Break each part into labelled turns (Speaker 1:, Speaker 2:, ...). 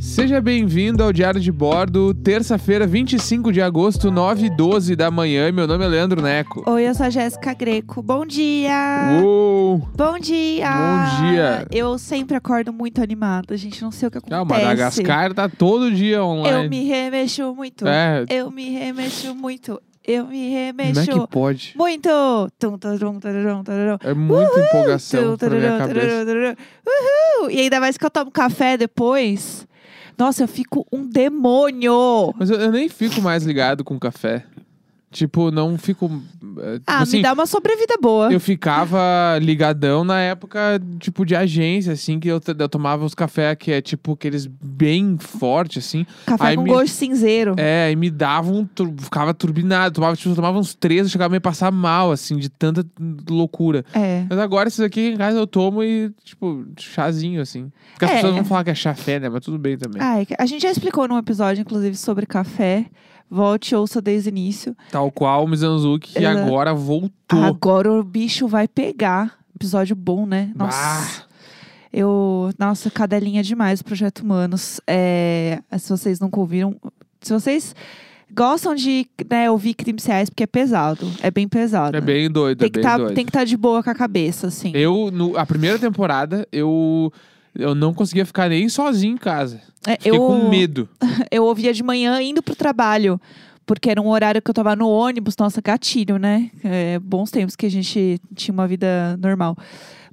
Speaker 1: Seja bem-vindo ao Diário de Bordo, terça-feira, 25 de agosto, 9 e 12 da manhã. Meu nome é Leandro Neco.
Speaker 2: Oi, eu sou a Jéssica Greco. Bom dia!
Speaker 1: Uou!
Speaker 2: Bom dia!
Speaker 1: Uh, Bom dia.
Speaker 2: Eu sempre acordo muito animada, gente. Não sei o que acontece.
Speaker 1: Ah, o Madagascar tá todo dia online.
Speaker 2: Eu me remexo muito.
Speaker 1: É,
Speaker 2: Eu me remexo muito. Eu me
Speaker 1: como é
Speaker 2: remexo
Speaker 1: que pode?
Speaker 2: muito. Tum, tarum, tarum, tarum.
Speaker 1: É muita empolgação
Speaker 2: Tum,
Speaker 1: é um pra minha
Speaker 2: tarum,
Speaker 1: cabeça.
Speaker 2: tarum, tarum. Uhul! E ainda mais que eu tomo café depois. Nossa, eu fico um demônio.
Speaker 1: Mas eu, eu nem fico mais ligado com café. Tipo, não fico... eh, tipo
Speaker 2: Ah,
Speaker 1: assim,
Speaker 2: me dá uma sobrevida boa.
Speaker 1: Eu ficava ligadão na época, tipo, de agência, assim, que eu, t- eu tomava os cafés que é, tipo, aqueles bem fortes, assim.
Speaker 2: Café
Speaker 1: Ai,
Speaker 2: com
Speaker 1: me-
Speaker 2: gosto cinzeiro.
Speaker 1: É, e me dava um. tur- Ficava turbinado. Tomava, tipo, eu tomava uns três, eu chegava a me passar mal, assim, de tanta loucura.
Speaker 2: É.
Speaker 1: Mas agora esses aqui em casa eu tomo e, tipo, chazinho, assim. Porque as
Speaker 2: É. Ah.
Speaker 1: pessoas vão falar que é chafé, né? Mas tudo bem também.
Speaker 2: Ai, a gente já explicou num episódio, inclusive, sobre café. Volte e ouça desde o início.
Speaker 1: Tal qual o Mizanzuki, que
Speaker 2: Exato.
Speaker 1: agora voltou.
Speaker 2: Agora o bicho vai pegar. Episódio bom, né? Nossa.
Speaker 1: Bah.
Speaker 2: Eu. Nossa, cadelinha demais, Projeto Humanos. É, se vocês nunca ouviram. Se vocês gostam de né, ouvir crimes reais, porque é pesado. É bem pesado.
Speaker 1: é bem doido,
Speaker 2: tem
Speaker 1: é
Speaker 2: que
Speaker 1: bem
Speaker 2: tá,
Speaker 1: doido.
Speaker 2: Tem que estar de boa com a cabeça, assim.
Speaker 1: Eu, no, a primeira temporada, eu, eu não conseguia ficar nem sozinho em casa.
Speaker 2: É,
Speaker 1: Fiquei com medo.
Speaker 2: eu ouvia de manhã indo pro trabalho. Porque era um horário que eu tava no ônibus, nossa, gatilho, né? É, bons tempos que a gente tinha uma vida normal.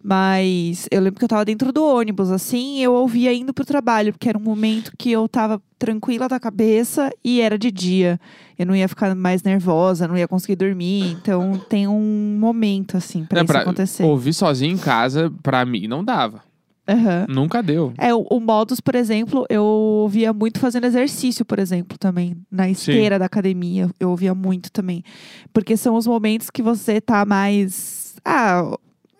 Speaker 2: Mas eu lembro que eu tava dentro do ônibus, assim, e eu ouvia indo pro trabalho, porque era um momento que eu tava tranquila da cabeça e era de dia. Eu não ia ficar mais nervosa, não ia conseguir dormir. Então tem um momento, assim, pra
Speaker 1: Né,
Speaker 2: isso
Speaker 1: pra
Speaker 2: acontecer.
Speaker 1: Ouvir sozinho em casa, pra mim, não dava.
Speaker 2: Aham.
Speaker 1: Nunca deu.
Speaker 2: É, o, o Modus, por exemplo, eu ouvia muito fazendo exercício, por exemplo, também. Na esteira da academia, eu ouvia muito também. Porque são os momentos que você tá mais. Ah,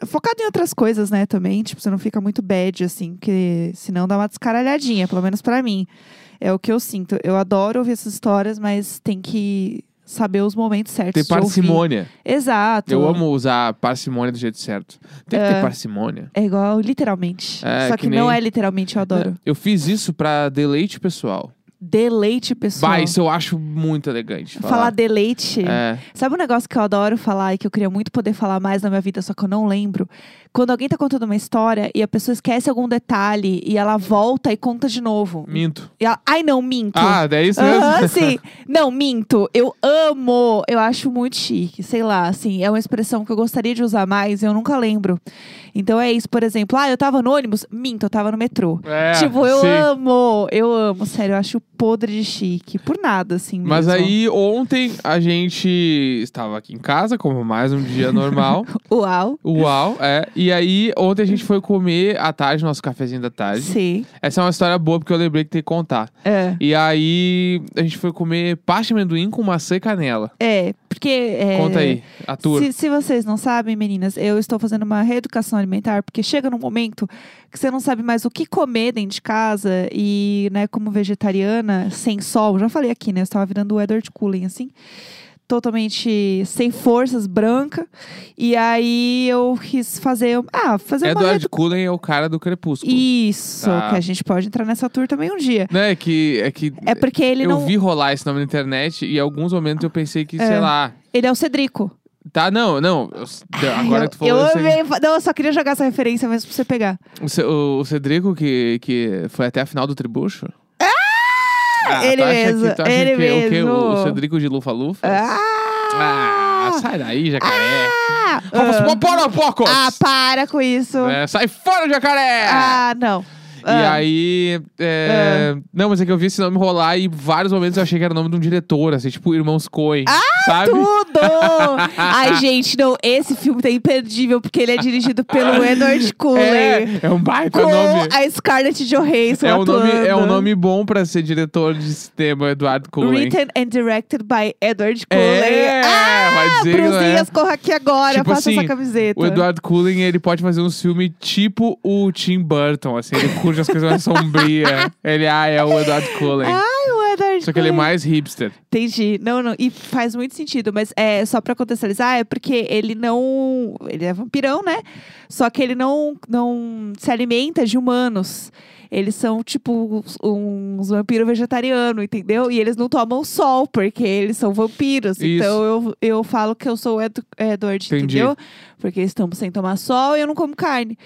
Speaker 2: focado em outras coisas, né, também. Tipo, você não fica muito bad, assim, porque senão dá uma descaralhadinha, pelo menos pra mim. É o que eu sinto. Eu adoro ouvir essas histórias, mas tem que saber os momentos certos.
Speaker 1: Ter
Speaker 2: de É, ouvir.
Speaker 1: parcimônia.
Speaker 2: Exato.
Speaker 1: Eu amo usar parcimônia do jeito certo. Tem que ter parcimônia.
Speaker 2: É igual, literalmente.
Speaker 1: É,
Speaker 2: Só
Speaker 1: que
Speaker 2: que, não
Speaker 1: nem-
Speaker 2: é literalmente, eu adoro.
Speaker 1: Eu fiz isso pra deleite pessoal.
Speaker 2: Deleite, pessoal.
Speaker 1: Bah, isso eu acho muito elegante.
Speaker 2: Falar, deleite.
Speaker 1: É.
Speaker 2: Sabe um negócio que eu adoro falar e que eu queria muito poder falar mais na minha vida, só que eu não lembro? Quando alguém tá contando uma história e a pessoa esquece algum detalhe e ela volta e conta de novo.
Speaker 1: Minto.
Speaker 2: E ela, Ai, não, minto.
Speaker 1: Ah, é isso mesmo?
Speaker 2: Aham, sim. Não, minto. Eu amo. Eu acho muito chique. Sei lá, assim, é uma expressão que eu gostaria de usar mais e eu nunca lembro. Então é isso, por exemplo. Ah, eu tava no ônibus? Minto, eu tava no metrô.
Speaker 1: É,
Speaker 2: tipo, eu
Speaker 1: sim.
Speaker 2: amo. Eu amo, sério. Eu acho podre de chique. Por nada, assim.
Speaker 1: Mas
Speaker 2: mesmo.
Speaker 1: aí, ontem, a gente estava aqui em casa, como mais um dia normal.
Speaker 2: Uau.
Speaker 1: Uau, é. E aí, ontem a gente foi comer à tarde, nosso cafezinho da tarde.
Speaker 2: Sim.
Speaker 1: Essa é uma história boa, porque eu lembrei que tem que contar.
Speaker 2: É.
Speaker 1: E aí, a gente foi comer pasta de amendoim com maçã e canela.
Speaker 2: É, porque. é,
Speaker 1: Conta aí, a tour.
Speaker 2: Se, se vocês não sabem, meninas, eu estou fazendo uma reeducação alimentar, porque chega num momento que você não sabe mais o que comer dentro de casa e, né, como vegetariana, sem sol, já falei aqui, né? Eu estava virando o Edward Cullen, assim, totalmente sem forças, branca. E aí eu quis fazer. Ah, fazer uma.
Speaker 1: Edward
Speaker 2: reedu-
Speaker 1: Cullen é o cara do Crepúsculo.
Speaker 2: Isso,
Speaker 1: Tá.
Speaker 2: que a gente pode entrar nessa tour também um dia.
Speaker 1: Né, que, é que
Speaker 2: É porque ele
Speaker 1: eu
Speaker 2: não.
Speaker 1: vi rolar esse nome na internet e em alguns momentos eu pensei que, sei lá...
Speaker 2: Ele é o Cedrico.
Speaker 1: Tá, não, não. eu- agora
Speaker 2: eu,
Speaker 1: que tu falou...
Speaker 2: eu
Speaker 1: eu sei-
Speaker 2: amei. Não, eu só queria jogar essa referência mesmo pra você pegar.
Speaker 1: O, Ce- o- o Cedrico, que, que foi até a final do Tribucho? Ah!
Speaker 2: Ele
Speaker 1: tu acha que-
Speaker 2: mesmo,
Speaker 1: tu acha
Speaker 2: ele
Speaker 1: que, O, que, o-
Speaker 2: mesmo.
Speaker 1: o Cedrico de Lufa Lufa?
Speaker 2: Ah!
Speaker 1: sai daí, jacaré.
Speaker 2: Ah!
Speaker 1: Vamos
Speaker 2: Ah.
Speaker 1: pro Poropocos!
Speaker 2: Ah, para com isso.
Speaker 1: É, sai fora, jacaré!
Speaker 2: Ah, não.
Speaker 1: E
Speaker 2: Ah.
Speaker 1: aí. é, Não, mas é que eu vi esse nome rolar e em vários momentos eu achei que era o nome de um diretor, assim, tipo Irmãos Coen.
Speaker 2: Ah,
Speaker 1: sabe?
Speaker 2: Tudo! Ai, gente, não, esse filme tá imperdível, porque ele é dirigido pelo Edward Cullen.
Speaker 1: É, é um baita
Speaker 2: Com
Speaker 1: nome.
Speaker 2: a Scarlett Johansson
Speaker 1: É um, nome,
Speaker 2: atuando.
Speaker 1: é um nome bom pra ser diretor de cinema, Eduardo Cullen.
Speaker 2: Written and directed by Edward Cullen. Ah,
Speaker 1: É, vai dizer que não é.
Speaker 2: Bruzinhas, corra aqui agora,
Speaker 1: Tipo
Speaker 2: faça
Speaker 1: assim,
Speaker 2: essa camiseta.
Speaker 1: O Eduardo Cullen, ele pode fazer uns filmes tipo o Tim Burton, assim, ele curte as coisas mais sombrias. Ele, ah, é o Eduardo Cullen.
Speaker 2: Ai, o Edward
Speaker 1: Só que ele é
Speaker 2: Cullen.
Speaker 1: mais hipster.
Speaker 2: Entendi. Não, não. E faz muito sentido, mas é só pra contextualizar, é porque ele não. Ele é vampirão, né? Só que ele não, não se alimenta de humanos. Eles são, tipo, uns- uns vampiros vegetarianos, entendeu? E eles não tomam sol, porque eles são vampiros.
Speaker 1: Isso.
Speaker 2: Então eu, eu falo que eu sou é, o Ed- Edward,
Speaker 1: Entendi.
Speaker 2: entendeu? Porque estamos sem tomar sol e eu não como carne.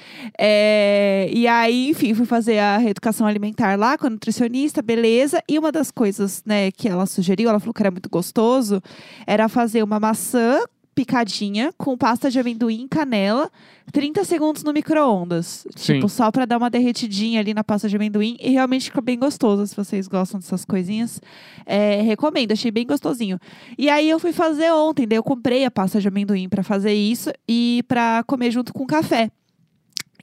Speaker 2: É, e aí, enfim, fui fazer a reeducação alimentar lá com a nutricionista, beleza. E uma das coisas, né, que ela sugeriu, ela falou que era muito gostoso, era fazer uma maçã picadinha com pasta de amendoim e canela, 30 segundos no micro-ondas.
Speaker 1: Sim.
Speaker 2: Tipo, só pra dar uma derretidinha ali na pasta de amendoim. E realmente fica bem gostoso, se vocês gostam dessas coisinhas. É, recomendo, achei bem gostosinho. E aí eu fui fazer ontem, daí eu comprei a pasta de amendoim pra fazer isso e pra comer junto com café.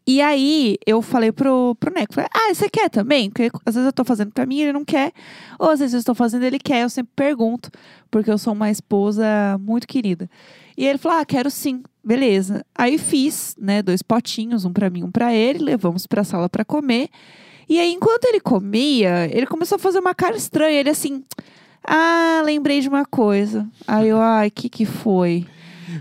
Speaker 2: E aí, eu falei pro, pro Neco, falei, ah, você quer também? Porque às vezes eu tô fazendo pra mim, ele não quer. Ou às vezes eu estou fazendo, ele quer, eu sempre pergunto. Porque eu sou uma esposa muito querida. E ele falou, ah, quero sim. Beleza. Aí fiz, né, dois potinhos, um pra mim, um pra ele. Levamos pra sala pra comer. E aí, enquanto ele comia, ele começou a fazer uma cara estranha. Ele assim, ah, lembrei de uma coisa. Aí eu, ai, que que foi?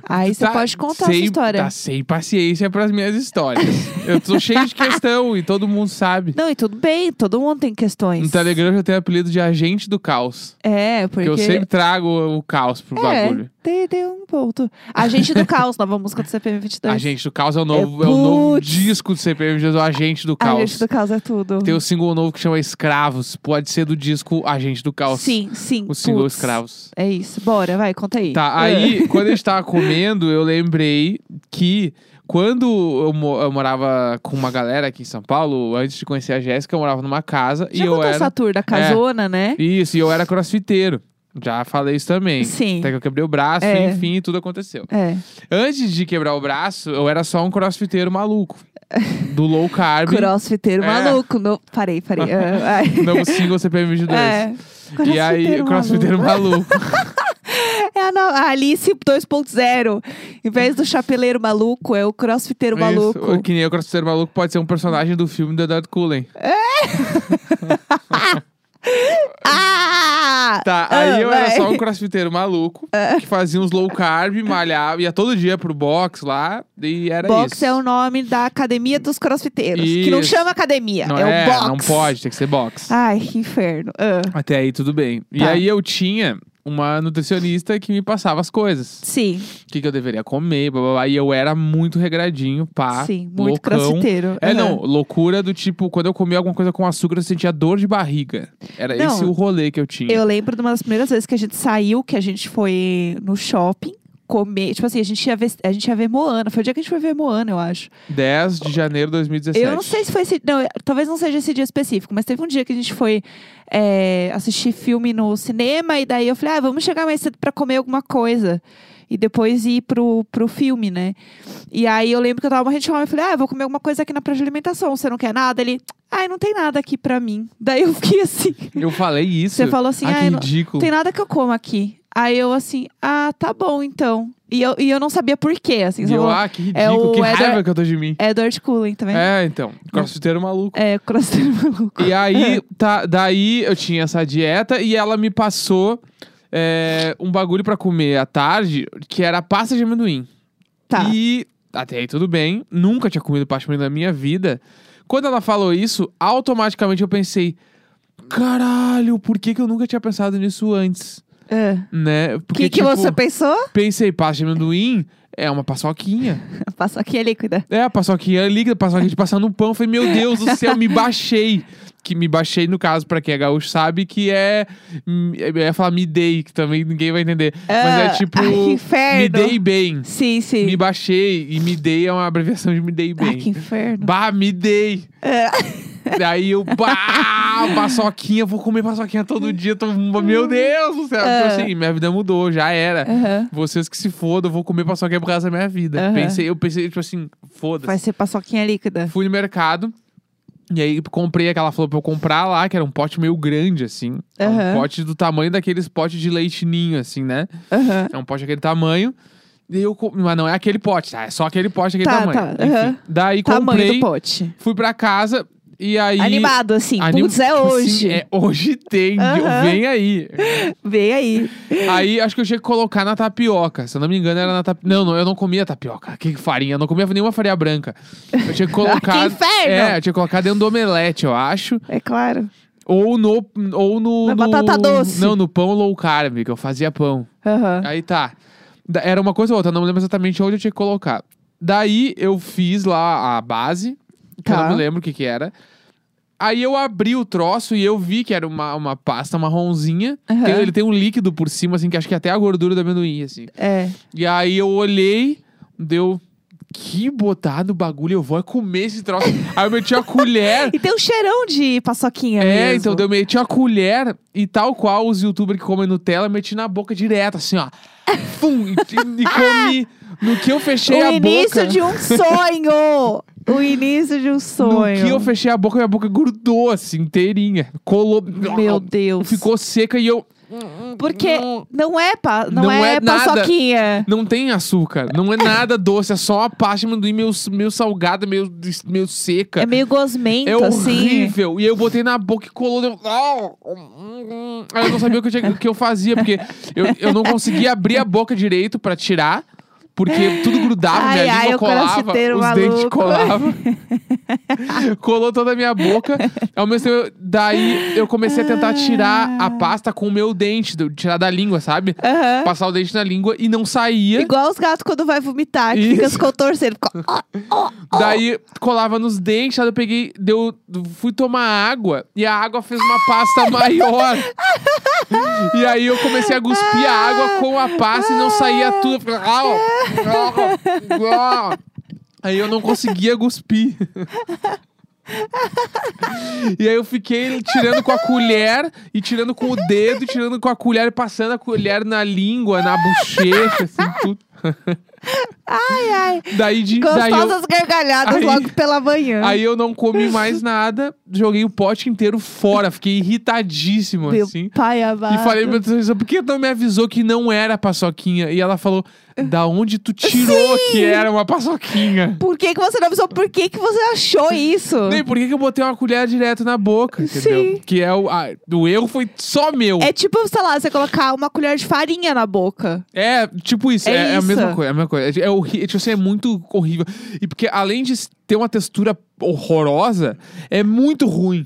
Speaker 2: Aí você
Speaker 1: Tá
Speaker 2: pode contar
Speaker 1: sem,
Speaker 2: essa história.
Speaker 1: Tá sem paciência pras minhas histórias. eu tô cheio de questão e todo mundo sabe.
Speaker 2: Não, e tudo bem, todo mundo tem questões.
Speaker 1: No Telegram eu já tenho o apelido de agente do caos.
Speaker 2: É,
Speaker 1: Porque
Speaker 2: porque.
Speaker 1: eu sempre trago o caos pro
Speaker 2: é,
Speaker 1: bagulho.
Speaker 2: tem, tem um ponto. Agente do Caos, nova música do CPM22.
Speaker 1: Agente do Caos é o novo, é o novo
Speaker 2: putz.
Speaker 1: disco do CPM Jesus, Agente do Caos.
Speaker 2: Agente do Caos é tudo.
Speaker 1: Tem o single novo que chama Escravos. Pode ser do disco Agente do Caos.
Speaker 2: Sim, sim.
Speaker 1: O single
Speaker 2: putz.
Speaker 1: Escravos.
Speaker 2: É isso, bora, vai, conta aí.
Speaker 1: Tá, aí quando a gente tava comendo, eu lembrei que quando eu, mo- eu morava com uma galera aqui em São Paulo, antes de conhecer a Jéssica, eu morava numa casa
Speaker 2: Já
Speaker 1: e eu
Speaker 2: contou
Speaker 1: era. É.
Speaker 2: essa tour da casona, né?
Speaker 1: Isso, e eu era crossfiteiro. Já falei isso também.
Speaker 2: Sim.
Speaker 1: Até que eu quebrei o braço,
Speaker 2: É.
Speaker 1: enfim, tudo aconteceu.
Speaker 2: É.
Speaker 1: Antes de quebrar o braço, eu era só um crossfiteiro maluco. Do low carb.
Speaker 2: Crossfiteiro
Speaker 1: É.
Speaker 2: maluco. No... Parei, parei. É, vai.
Speaker 1: Novo single CPM22.
Speaker 2: É.
Speaker 1: E aí, crossfiteiro maluco.
Speaker 2: É a, no- a Alice 2.0. Em vez do chapeleiro maluco, é o crossfiteiro maluco.
Speaker 1: Isso, Que nem o crossfiteiro maluco pode ser um personagem do filme do Edward Cullen.
Speaker 2: Ah!
Speaker 1: Tá,
Speaker 2: Ah,
Speaker 1: aí eu era
Speaker 2: vai. Ah.
Speaker 1: só um crossfiteiro maluco que fazia uns low carb, malhava, ia todo dia pro box lá e era
Speaker 2: Box
Speaker 1: isso.
Speaker 2: é o nome da academia dos crossfiteiros. Que não
Speaker 1: Isso.
Speaker 2: chama academia,
Speaker 1: não
Speaker 2: é, o box.
Speaker 1: Não pode, tem que ser box.
Speaker 2: Ai, que inferno. Ah,
Speaker 1: Até aí tudo bem. E
Speaker 2: Tá.
Speaker 1: aí eu tinha uma nutricionista que me passava as coisas.
Speaker 2: Sim,
Speaker 1: O que, que eu deveria comer, blá, blá, blá. E eu era muito regradinho, pá.
Speaker 2: sim, muito
Speaker 1: Tá, loucão.
Speaker 2: crossfiteiro.
Speaker 1: É,
Speaker 2: Aham.
Speaker 1: não, loucura do tipo, quando eu comia alguma coisa com açúcar, eu sentia dor de barriga. Era
Speaker 2: Não.
Speaker 1: esse o rolê que eu tinha.
Speaker 2: Eu lembro de uma das primeiras vezes que a gente saiu, que a gente foi no shopping comer. Tipo assim, a gente ia ver, a gente ia ver Moana. Foi o dia que a gente foi ver Moana, eu acho.
Speaker 1: 10 de janeiro de 2017.
Speaker 2: Eu não sei se foi esse. Não, talvez não seja esse dia específico, mas teve um dia que a gente foi é, assistir filme no cinema e daí eu falei, ah, vamos chegar mais cedo pra comer alguma coisa. E depois ir pro, pro filme, né? E aí eu lembro que eu tava morrendo de fome. Eu falei, ah, vou comer alguma coisa aqui na praia de alimentação. Você não quer nada? Ele, ai, não tem nada aqui pra mim. Daí eu fiquei assim.
Speaker 1: Eu falei isso.
Speaker 2: Você falou assim,
Speaker 1: ah,
Speaker 2: ai,
Speaker 1: que
Speaker 2: não-
Speaker 1: ridículo.
Speaker 2: Tem nada que eu como aqui. Aí eu assim, ah, tá bom então. E eu, e eu não sabia por quê, assim.
Speaker 1: E
Speaker 2: Só
Speaker 1: eu,
Speaker 2: falou,
Speaker 1: ah, que
Speaker 2: É
Speaker 1: ridículo,
Speaker 2: o
Speaker 1: que
Speaker 2: Edward-
Speaker 1: raiva que eu tô de mim.
Speaker 2: é né? Edward Cullen também.
Speaker 1: É, então, crossfiteiro maluco.
Speaker 2: É, crossfiteiro maluco.
Speaker 1: E aí, tá, daí eu tinha essa dieta e ela me passou é, um bagulho pra comer à tarde, que era pasta de amendoim.
Speaker 2: Tá.
Speaker 1: E até aí tudo bem, nunca tinha comido pasta de amendoim na minha vida. Quando ela falou isso, automaticamente eu pensei, caralho, por que, que eu nunca tinha pensado nisso antes?
Speaker 2: É.
Speaker 1: Né?
Speaker 2: O
Speaker 1: Porque,
Speaker 2: que, que
Speaker 1: tipo,
Speaker 2: você pensou?
Speaker 1: Pensei, pasta de amendoim é uma paçoquinha.
Speaker 2: Passa aqui é líquida.
Speaker 1: É, a paçoquinha líquida, paçoquinha de passar no pão. Eu Falei, meu Deus do céu, me baixei. Que me baixei, no caso, pra quem é gaúcho sabe, que é. hum, Eu ia falar me dei, que também ninguém vai entender. Mas é tipo.
Speaker 2: Ah, Ai, que inferno.
Speaker 1: me dei bem.
Speaker 2: Sim, sim.
Speaker 1: Me baixei e me dei é uma abreviação de me dei
Speaker 2: Ai,
Speaker 1: bem.
Speaker 2: que inferno. É.
Speaker 1: Bah, me dei. Daí eu, bah, paçoquinha, vou comer paçoquinha todo dia. Tô, meu Deus do céu.
Speaker 2: É.
Speaker 1: Tipo assim, minha vida mudou, já era.
Speaker 2: Aham.
Speaker 1: Vocês que se fodam, eu vou comer paçoquinha por causa da minha vida.
Speaker 2: É. Aham.
Speaker 1: Pensei, eu pensei, tipo assim,
Speaker 2: Vai
Speaker 1: foda-se.
Speaker 2: ser paçoquinha líquida.
Speaker 1: Fui no mercado. E aí comprei aquela falou pra eu comprar lá, que era um pote meio grande, assim. É Um
Speaker 2: Aham.
Speaker 1: pote do tamanho daqueles potes de leite ninho, assim, né?
Speaker 2: Aham.
Speaker 1: É um pote daquele tamanho. E eu, co- mas não é aquele pote, tá? É só aquele pote daquele
Speaker 2: Tá,
Speaker 1: tamanho.
Speaker 2: tá,
Speaker 1: Enfim,
Speaker 2: aham.
Speaker 1: Daí
Speaker 2: Tamanho
Speaker 1: comprei,
Speaker 2: do pote.
Speaker 1: fui pra casa. E aí.
Speaker 2: Animado, assim.
Speaker 1: Anim-
Speaker 2: Putz, é
Speaker 1: tipo assim,
Speaker 2: hoje.
Speaker 1: é, hoje tem,
Speaker 2: Aham.
Speaker 1: vem aí.
Speaker 2: Vem aí.
Speaker 1: Aí acho que eu tinha que colocar na tapioca. Se eu não me engano, era na tapioca. Não, não, eu não comia tapioca. Que farinha? Eu não comia nenhuma farinha branca. Eu tinha que colocar.
Speaker 2: Ah, que inferno!
Speaker 1: É, eu tinha que colocar dentro do omelete, eu acho.
Speaker 2: É claro.
Speaker 1: Ou no. Ou no.
Speaker 2: Na
Speaker 1: no-
Speaker 2: batata doce.
Speaker 1: Não, no pão low carb, que eu fazia pão.
Speaker 2: Aham.
Speaker 1: Aí tá. Da- Era uma coisa ou outra, não me lembro exatamente onde eu tinha que colocar. Daí eu fiz lá a base, que eu
Speaker 2: Tá.
Speaker 1: não me lembro o que que era. Aí eu abri o troço e eu vi que era uma, uma pasta marronzinha.
Speaker 2: Aham.
Speaker 1: Tem- ele tem um líquido por cima, assim, que acho que é até a gordura do amendoim, assim.
Speaker 2: É.
Speaker 1: E aí eu olhei, deu... Que botado bagulho, eu vou é comer esse troço. aí eu meti a colher...
Speaker 2: E tem um cheirão de paçoquinha
Speaker 1: É,
Speaker 2: mesmo.
Speaker 1: então eu meti a colher e tal qual os youtubers que comem Nutella, eu meti na boca direto, assim, ó. Fum! E, e comi. No que eu fechei
Speaker 2: o
Speaker 1: a
Speaker 2: início
Speaker 1: boca.
Speaker 2: de um sonho! o início de um
Speaker 1: No
Speaker 2: sonho.
Speaker 1: que eu fechei a boca, minha boca grudou, assim, inteirinha. Colou.
Speaker 2: Meu Deus.
Speaker 1: Ficou seca e eu.
Speaker 2: Porque
Speaker 1: Não.
Speaker 2: não é, pa... não
Speaker 1: Não
Speaker 2: é,
Speaker 1: é nada.
Speaker 2: paçoquinha.
Speaker 1: Não tem açúcar, não é nada doce, é só uma pasta de amendoim meio, meio salgada, meio, meio seca.
Speaker 2: É meio gosmento,
Speaker 1: É
Speaker 2: assim.
Speaker 1: horrível. E eu botei na boca e colou. Deu... Aí eu não sabia o que eu, tinha- o que eu fazia, porque eu, eu não conseguia abrir a boca direito pra tirar. Porque tudo grudava,
Speaker 2: Ai,
Speaker 1: minha
Speaker 2: ai,
Speaker 1: língua
Speaker 2: o
Speaker 1: colava,
Speaker 2: crossfiteiro
Speaker 1: os
Speaker 2: maluco.
Speaker 1: dentes colavam. Colou toda a minha boca. Ao mesmo tempo, eu- daí eu comecei a tentar tirar a pasta com o meu dente, do- tirar da língua, sabe?
Speaker 2: Ah. Aham.
Speaker 1: Passar o dente na língua e não saía.
Speaker 2: Igual os gatos quando vai vomitar, que fica
Speaker 1: Isso.
Speaker 2: se contorcendo. fica-
Speaker 1: Daí colava nos dentes, aí eu peguei, deu, fui tomar água e a água fez uma pasta maior. e aí eu comecei a cuspir a água com a pasta e não saía tudo. Eu "Ah, ficava, "Au, au, au." Aí eu não conseguia cuspir. E aí eu fiquei tirando com a colher e tirando com o dedo, e tirando com a colher e passando a colher na língua, na bochecha, assim, tudo.
Speaker 2: Ai, ai.
Speaker 1: Daí de daí eu-
Speaker 2: Gostosas gargalhadas
Speaker 1: Aí-
Speaker 2: logo pela manhã.
Speaker 1: Aí eu não comi mais nada, joguei o pote inteiro fora, fiquei irritadíssimo,
Speaker 2: Meu
Speaker 1: assim.
Speaker 2: pai amado.
Speaker 1: E falei pra nutricionista, por que tu não me avisou que não era paçoquinha? E ela falou, da onde tu tirou que era uma paçoquinha?
Speaker 2: Por que, que você não avisou? Por que, que você achou isso?
Speaker 1: Nem por que, que eu botei uma colher direto na boca, entendeu?
Speaker 2: Sim.
Speaker 1: Que é o, a- o erro foi só meu.
Speaker 2: É tipo, sei lá, você colocar uma colher de farinha na boca.
Speaker 1: É, tipo isso,
Speaker 2: É
Speaker 1: é, é a
Speaker 2: isso.
Speaker 1: mesma coisa. É, a mesma coisa. é, horrível, tipo assim, é muito horrível. E porque além de ter uma textura horrorosa, é muito ruim.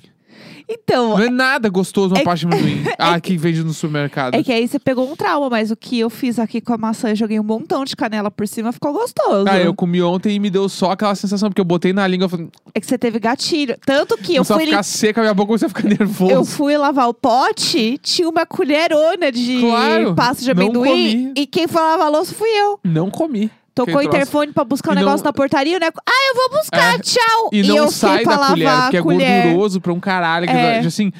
Speaker 2: Então,
Speaker 1: Não é nada gostoso uma
Speaker 2: É-
Speaker 1: pasta de amendoim. Ah, que vende no supermercado.
Speaker 2: é que aí você pegou um trauma, mas o que eu fiz aqui com a maçã, eu joguei um montão de canela por cima, ficou gostoso.
Speaker 1: Ah, eu comi ontem e me deu só aquela sensação, porque eu botei na língua e falei,
Speaker 2: É que você teve gatilho. Tanto que eu
Speaker 1: começou a
Speaker 2: fui,
Speaker 1: ficar seca, minha boca começou a ficar nervoso.
Speaker 2: eu fui lavar o pote, tinha uma colherona de
Speaker 1: Claro,
Speaker 2: pasta de
Speaker 1: não
Speaker 2: amendoim.
Speaker 1: comi.
Speaker 2: E quem foi lavar a louça fui eu.
Speaker 1: Não comi.
Speaker 2: Tocou o
Speaker 1: Aquele troço.
Speaker 2: interfone pra buscar o
Speaker 1: E não-
Speaker 2: negócio da portaria, né? Ah, eu vou buscar,
Speaker 1: É.
Speaker 2: tchau!
Speaker 1: E não
Speaker 2: eu
Speaker 1: sai
Speaker 2: fui pra
Speaker 1: da
Speaker 2: lavar
Speaker 1: colher, porque
Speaker 2: a
Speaker 1: é
Speaker 2: colher.
Speaker 1: gorduroso pra um caralho. que-
Speaker 2: É.
Speaker 1: Assim,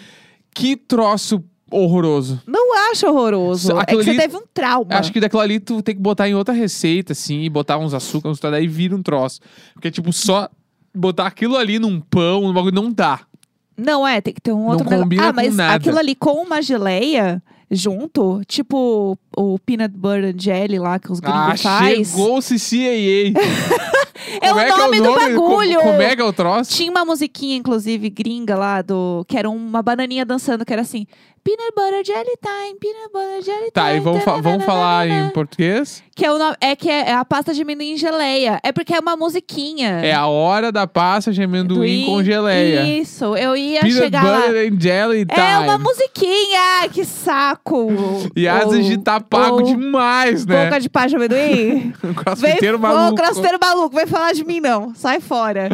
Speaker 1: que troço horroroso.
Speaker 2: Não acho horroroso.
Speaker 1: Só-
Speaker 2: é que
Speaker 1: aquilo
Speaker 2: você
Speaker 1: ali-
Speaker 2: teve um trauma.
Speaker 1: Acho que daquilo ali tu tem que botar em outra receita, assim, e botar uns açúcar, uns tal, daí vira um troço. Porque, tipo, só botar aquilo ali num pão, num bagulho, não dá.
Speaker 2: Não é, tem que ter um outro negócio.
Speaker 1: combina
Speaker 2: Ah, mas
Speaker 1: com nada.
Speaker 2: aquilo ali com uma geleia junto, tipo o peanut butter and jelly lá que os gringos
Speaker 1: Ah,
Speaker 2: faz.
Speaker 1: chegou o CCAA.
Speaker 2: É o
Speaker 1: Como que
Speaker 2: nome do bagulho.
Speaker 1: Como, como é que é o troço?
Speaker 2: Tinha uma musiquinha, inclusive, gringa lá do. Que era uma bananinha dançando, que era assim: Peanut butter jelly time, peanut butter jelly
Speaker 1: Tá,
Speaker 2: time.
Speaker 1: e vamos, fa- vamos falar em
Speaker 2: tananana".
Speaker 1: português?
Speaker 2: Que é, o nome, é que é, é a pasta de amendoim e geleia. É porque é uma musiquinha.
Speaker 1: É a hora da pasta de amendoim com geleia.
Speaker 2: Isso, eu ia
Speaker 1: Peanut
Speaker 2: chegar lá.
Speaker 1: butter and jelly time.
Speaker 2: É uma musiquinha, que saco!
Speaker 1: E as de
Speaker 2: Ou-
Speaker 1: tá pago
Speaker 2: ou
Speaker 1: demais, né?
Speaker 2: Boca de pá de amendoim?
Speaker 1: O
Speaker 2: Vem,
Speaker 1: crossfiteiro
Speaker 2: Ô,
Speaker 1: maluco.
Speaker 2: crossfiteiro maluco, vem falar de mim não, sai fora.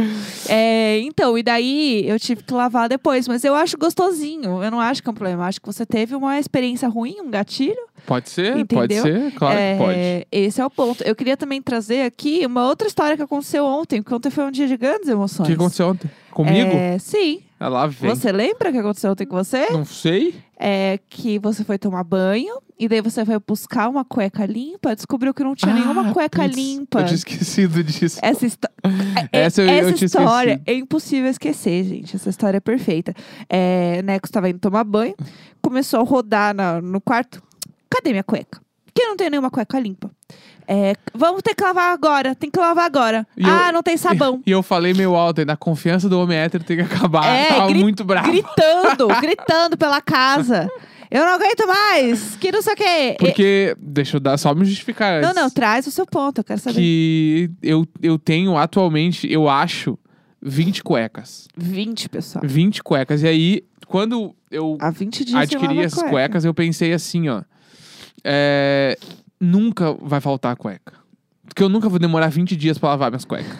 Speaker 2: É, então, e daí eu tive que lavar depois, mas eu acho gostosinho, eu não acho que é um problema, eu acho que você teve uma experiência ruim, um gatilho.
Speaker 1: Pode ser, pode
Speaker 2: Entendeu?
Speaker 1: ser, claro
Speaker 2: É,
Speaker 1: que pode.
Speaker 2: Esse é o ponto. Eu queria também trazer aqui uma outra história que aconteceu ontem, porque ontem foi um dia de grandes
Speaker 1: O
Speaker 2: emoções.
Speaker 1: que aconteceu ontem? Comigo?
Speaker 2: É, sim.
Speaker 1: Ah, lá vem.
Speaker 2: Você lembra o que aconteceu ontem com você?
Speaker 1: Não sei.
Speaker 2: é que você foi tomar banho e daí você foi buscar uma cueca limpa, descobriu que não tinha
Speaker 1: Ah,
Speaker 2: nenhuma cueca
Speaker 1: putz,
Speaker 2: limpa.
Speaker 1: Eu tinha esquecido disso.
Speaker 2: Essa, histó- é-
Speaker 1: Uhum. Essa eu- eu
Speaker 2: essa
Speaker 1: tinha
Speaker 2: história
Speaker 1: esquecido.
Speaker 2: é impossível esquecer, gente. Essa história é perfeita. É, Neco estava indo tomar banho, começou a rodar na- no quarto. Cadê minha cueca? Porque eu não tenho nenhuma cueca limpa. É, vamos ter que lavar agora, tem que lavar agora.
Speaker 1: E
Speaker 2: ah,
Speaker 1: eu-
Speaker 2: não tem sabão.
Speaker 1: E eu falei meio alto ainda, a confiança do homem hétero tem que acabar.
Speaker 2: É,
Speaker 1: Tava
Speaker 2: gri-
Speaker 1: muito bravo.
Speaker 2: Gritando, gritando pela casa. Eu não aguento mais, que não sei o quê. E-
Speaker 1: Porque, deixa eu dar, só me justificar.
Speaker 2: É- Não,
Speaker 1: antes.
Speaker 2: não, traz o seu ponto, eu quero saber.
Speaker 1: que eu, eu tenho atualmente, eu acho, 20 cuecas.
Speaker 2: 20, pessoal.
Speaker 1: 20 cuecas. E aí, quando eu
Speaker 2: Há 20 dias eu
Speaker 1: adquiri
Speaker 2: lavo a
Speaker 1: essas
Speaker 2: cueca.
Speaker 1: cuecas, eu pensei assim, ó. é, nunca vai faltar cueca. Porque eu nunca vou demorar 20 dias pra lavar minhas cuecas.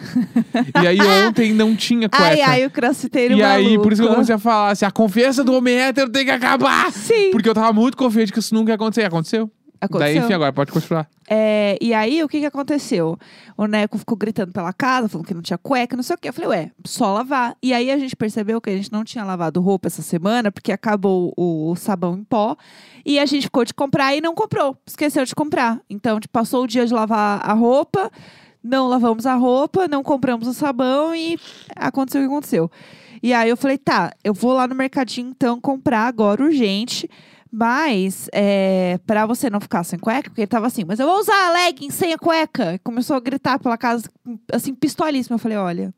Speaker 1: e aí ontem não tinha cueca.
Speaker 2: Ah! Ai, ai, o crossfiteiro
Speaker 1: e aí, por isso que eu
Speaker 2: maluco.
Speaker 1: comecei a falar assim, a confiança do homem hétero tem que acabar!
Speaker 2: Sim,
Speaker 1: Porque eu tava muito confiante que isso nunca ia acontecer. E Aconteceu. Daí,
Speaker 2: aconteceu.
Speaker 1: enfim, agora pode continuar.
Speaker 2: É, e aí, o que que aconteceu? O Neco ficou gritando pela casa, falando que não tinha cueca, não sei o quê. Eu falei, ué, só lavar. E aí, a gente percebeu que a gente não tinha lavado roupa essa semana, porque acabou o sabão em pó. E a gente ficou de comprar e não comprou. Esqueceu de comprar. Então, tipo, passou o dia de lavar a roupa, não lavamos a roupa, não compramos o sabão e aconteceu o que aconteceu. E aí, eu falei, tá, eu vou lá no mercadinho, então, comprar agora, urgente. Mas, é, pra você não ficar sem cueca, porque ele tava assim, mas eu vou usar a legging sem a cueca. E Começou a gritar pela casa, assim, pistolíssimo. Eu falei, olha,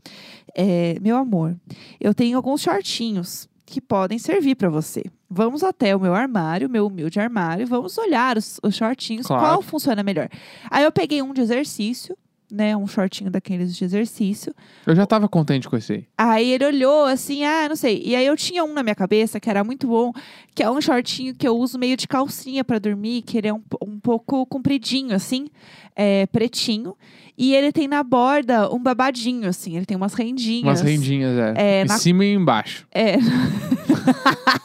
Speaker 2: é, meu amor, eu tenho alguns shortinhos que podem servir pra você. Vamos até o meu armário, meu humilde armário, e vamos olhar os, os shortinhos,
Speaker 1: Claro.
Speaker 2: qual funciona melhor. Aí eu peguei um de exercício, né, um shortinho daqueles de exercício.
Speaker 1: Eu já tava contente com esse aí.
Speaker 2: Aí ele olhou assim, ah, não sei. E aí eu tinha um na minha cabeça que era muito bom, que é um shortinho que eu uso meio de calcinha pra dormir, que ele é um, po- um pouco compridinho, assim, é, pretinho. E ele tem na borda um babadinho, assim, ele tem umas rendinhas.
Speaker 1: Umas rendinhas, é.
Speaker 2: É,
Speaker 1: em
Speaker 2: na-
Speaker 1: cima e embaixo.
Speaker 2: É.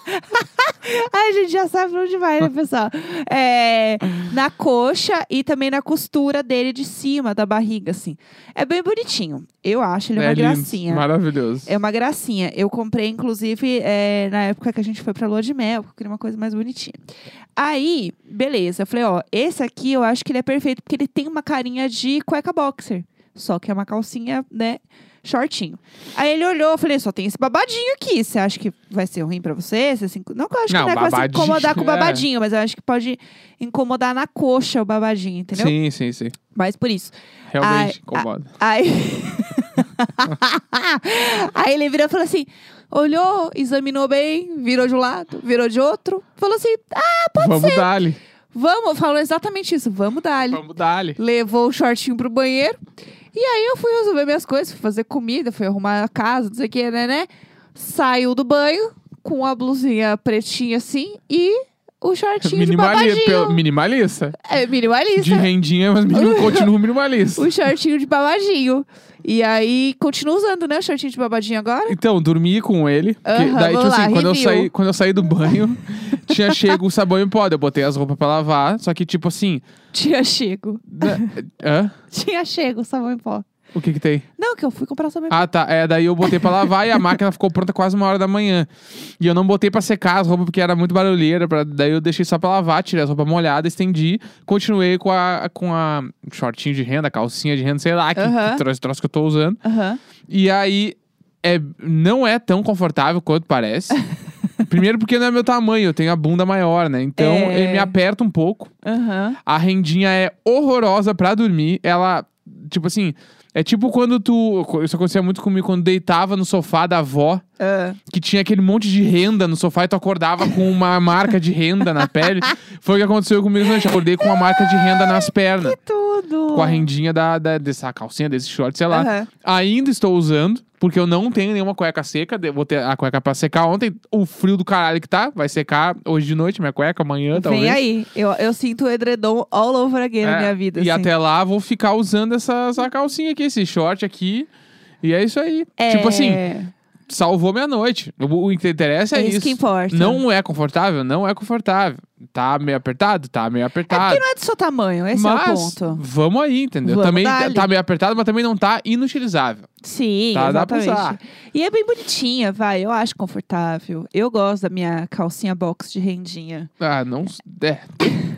Speaker 2: Ai, a gente já sabe pra onde vai, né, pessoal? É, na coxa e também na costura dele de cima, da barriga, assim. É bem bonitinho. Eu acho ele uma
Speaker 1: é lindo,
Speaker 2: gracinha.
Speaker 1: Maravilhoso.
Speaker 2: É uma gracinha. Eu comprei, inclusive, é, na época que a gente foi pra Lua de Mel, porque eu queria uma coisa mais bonitinha. Aí, beleza. Eu falei, ó, esse aqui eu acho que ele é perfeito, porque ele tem uma carinha de cueca boxer. Só que é uma calcinha, né, shortinho. Aí ele olhou, eu falei, só tem esse babadinho aqui. Você acha que vai ser ruim pra você? Você se inco- Não que eu acho
Speaker 1: Não,
Speaker 2: que não é que vai se
Speaker 1: babadinho,
Speaker 2: incomodar com o
Speaker 1: é.
Speaker 2: babadinho, mas eu acho que pode incomodar na coxa o babadinho, entendeu? Ah,
Speaker 1: Sim, sim, sim.
Speaker 2: Mas por isso.
Speaker 1: Realmente
Speaker 2: Ai,
Speaker 1: incomoda.
Speaker 2: Aí... Aí ele virou e falou assim: olhou, examinou bem, virou de um lado, virou de outro, falou assim: ah,
Speaker 1: Vamos dali.
Speaker 2: vamos, falou exatamente isso, vamos dar
Speaker 1: Vamos dali.
Speaker 2: Levou o shortinho pro banheiro. E aí eu fui resolver minhas coisas, fui fazer comida, fui arrumar a casa, não sei o que, né, né? Saiu do banho com a blusinha pretinha assim e o shortinho de
Speaker 1: Minimali-
Speaker 2: babadinho.
Speaker 1: pelo- Minimalista.
Speaker 2: É Uhum.
Speaker 1: De
Speaker 2: minimalista.
Speaker 1: rendinha, mas minim- continua minimalista.
Speaker 2: o shortinho de babadinho. E aí, continua usando, né, o shortinho de babadinho agora?
Speaker 1: Então, dormi com ele. porque
Speaker 2: Aham,
Speaker 1: daí, tipo
Speaker 2: vamos lá,
Speaker 1: assim, quando eu,
Speaker 2: review.
Speaker 1: saí, quando eu saí do banho, tinha chego o sabão em pó. daí Eu botei as roupas pra lavar. Só que, tipo assim.
Speaker 2: Tinha chego.
Speaker 1: da- Hã?
Speaker 2: Tinha chego sabão em pó.
Speaker 1: O que que tem?
Speaker 2: Não, que eu fui comprar sabão em pó.
Speaker 1: Ah, tá. É, daí eu botei pra lavar e a máquina ficou pronta quase uma hora da manhã. E eu não botei pra secar as roupas porque era muito barulheira. pra- Daí eu deixei só pra lavar, tirei as roupas molhadas, estendi. Continuei com a, com a shortinho de renda, calcinha de renda, sei lá, que,
Speaker 2: Aham.
Speaker 1: que troço, troço que eu tô usando.
Speaker 2: Aham.
Speaker 1: E aí, é, não é tão confortável quanto parece. Primeiro porque não é meu tamanho, eu tenho a bunda maior, né? Então
Speaker 2: É.
Speaker 1: ele me aperta um pouco.
Speaker 2: Aham.
Speaker 1: A rendinha é horrorosa pra dormir. Ela, tipo assim, é tipo quando tu. Isso acontecia muito comigo quando deitava no sofá da avó,
Speaker 2: Ah.
Speaker 1: que tinha aquele monte de renda no sofá e tu acordava com uma marca de renda na pele. Foi o que aconteceu comigo hoje. Acordei com uma marca de renda nas pernas.
Speaker 2: Tudo.
Speaker 1: Com a rendinha da, da- dessa calcinha, desse short, sei lá.
Speaker 2: Aham.
Speaker 1: Ainda estou usando, porque eu não tenho nenhuma cueca seca. de- Vou ter a cueca pra secar ontem. O frio do caralho que tá. Vai secar hoje de noite minha cueca, amanhã talvez.
Speaker 2: Vem aí. Eu, eu sinto o edredom all over again na
Speaker 1: É,
Speaker 2: minha vida.
Speaker 1: E
Speaker 2: assim.
Speaker 1: até lá vou ficar usando essa, essa calcinha aqui, esse short aqui. E é isso aí.
Speaker 2: É,
Speaker 1: Tipo assim, salvou minha noite. O, o que interessa é,
Speaker 2: é isso,
Speaker 1: isso.
Speaker 2: que importa.
Speaker 1: Não é confortável? Não é confortável. Tá meio apertado? Tá meio
Speaker 2: É
Speaker 1: apertado.
Speaker 2: porque não é do seu tamanho, esse
Speaker 1: mas
Speaker 2: é o ponto.
Speaker 1: vamos aí, entendeu?
Speaker 2: Vamos
Speaker 1: também
Speaker 2: dar-lhe.
Speaker 1: tá meio apertado, mas também não tá inutilizável.
Speaker 2: Sim,
Speaker 1: Tá, dá pra
Speaker 2: exatamente.
Speaker 1: usar.
Speaker 2: E é bem bonitinha, vai. Eu acho confortável. Eu gosto da minha calcinha box de rendinha.
Speaker 1: Ah, não. É.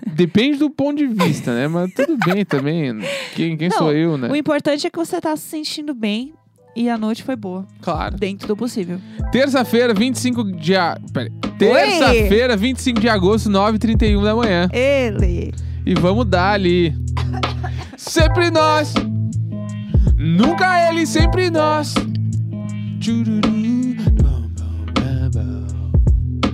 Speaker 1: Depende do ponto de vista, né? Mas tudo bem também. Quem, quem
Speaker 2: Não,
Speaker 1: sou eu, né?
Speaker 2: O importante é que você tá se sentindo bem e a noite foi boa,
Speaker 1: Claro.
Speaker 2: dentro do possível.
Speaker 1: Terça-feira, 25 de a... Pera aí. Terça-feira, 25 de agosto, 9h31 da um manhã.
Speaker 2: Ele!
Speaker 1: E vamos dar ali. sempre nós. Nunca ele, sempre nós. Tchururu, bom, bom, bom, bom.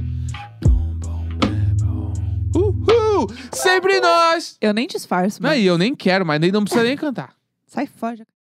Speaker 1: Bom, bom, bom, bom. Uhul, sempre nós.
Speaker 2: Eu nem disfarço,
Speaker 1: Não,
Speaker 2: mas...
Speaker 1: e eu nem quero, mas nem não precisa nem cantar.
Speaker 2: Sai fora.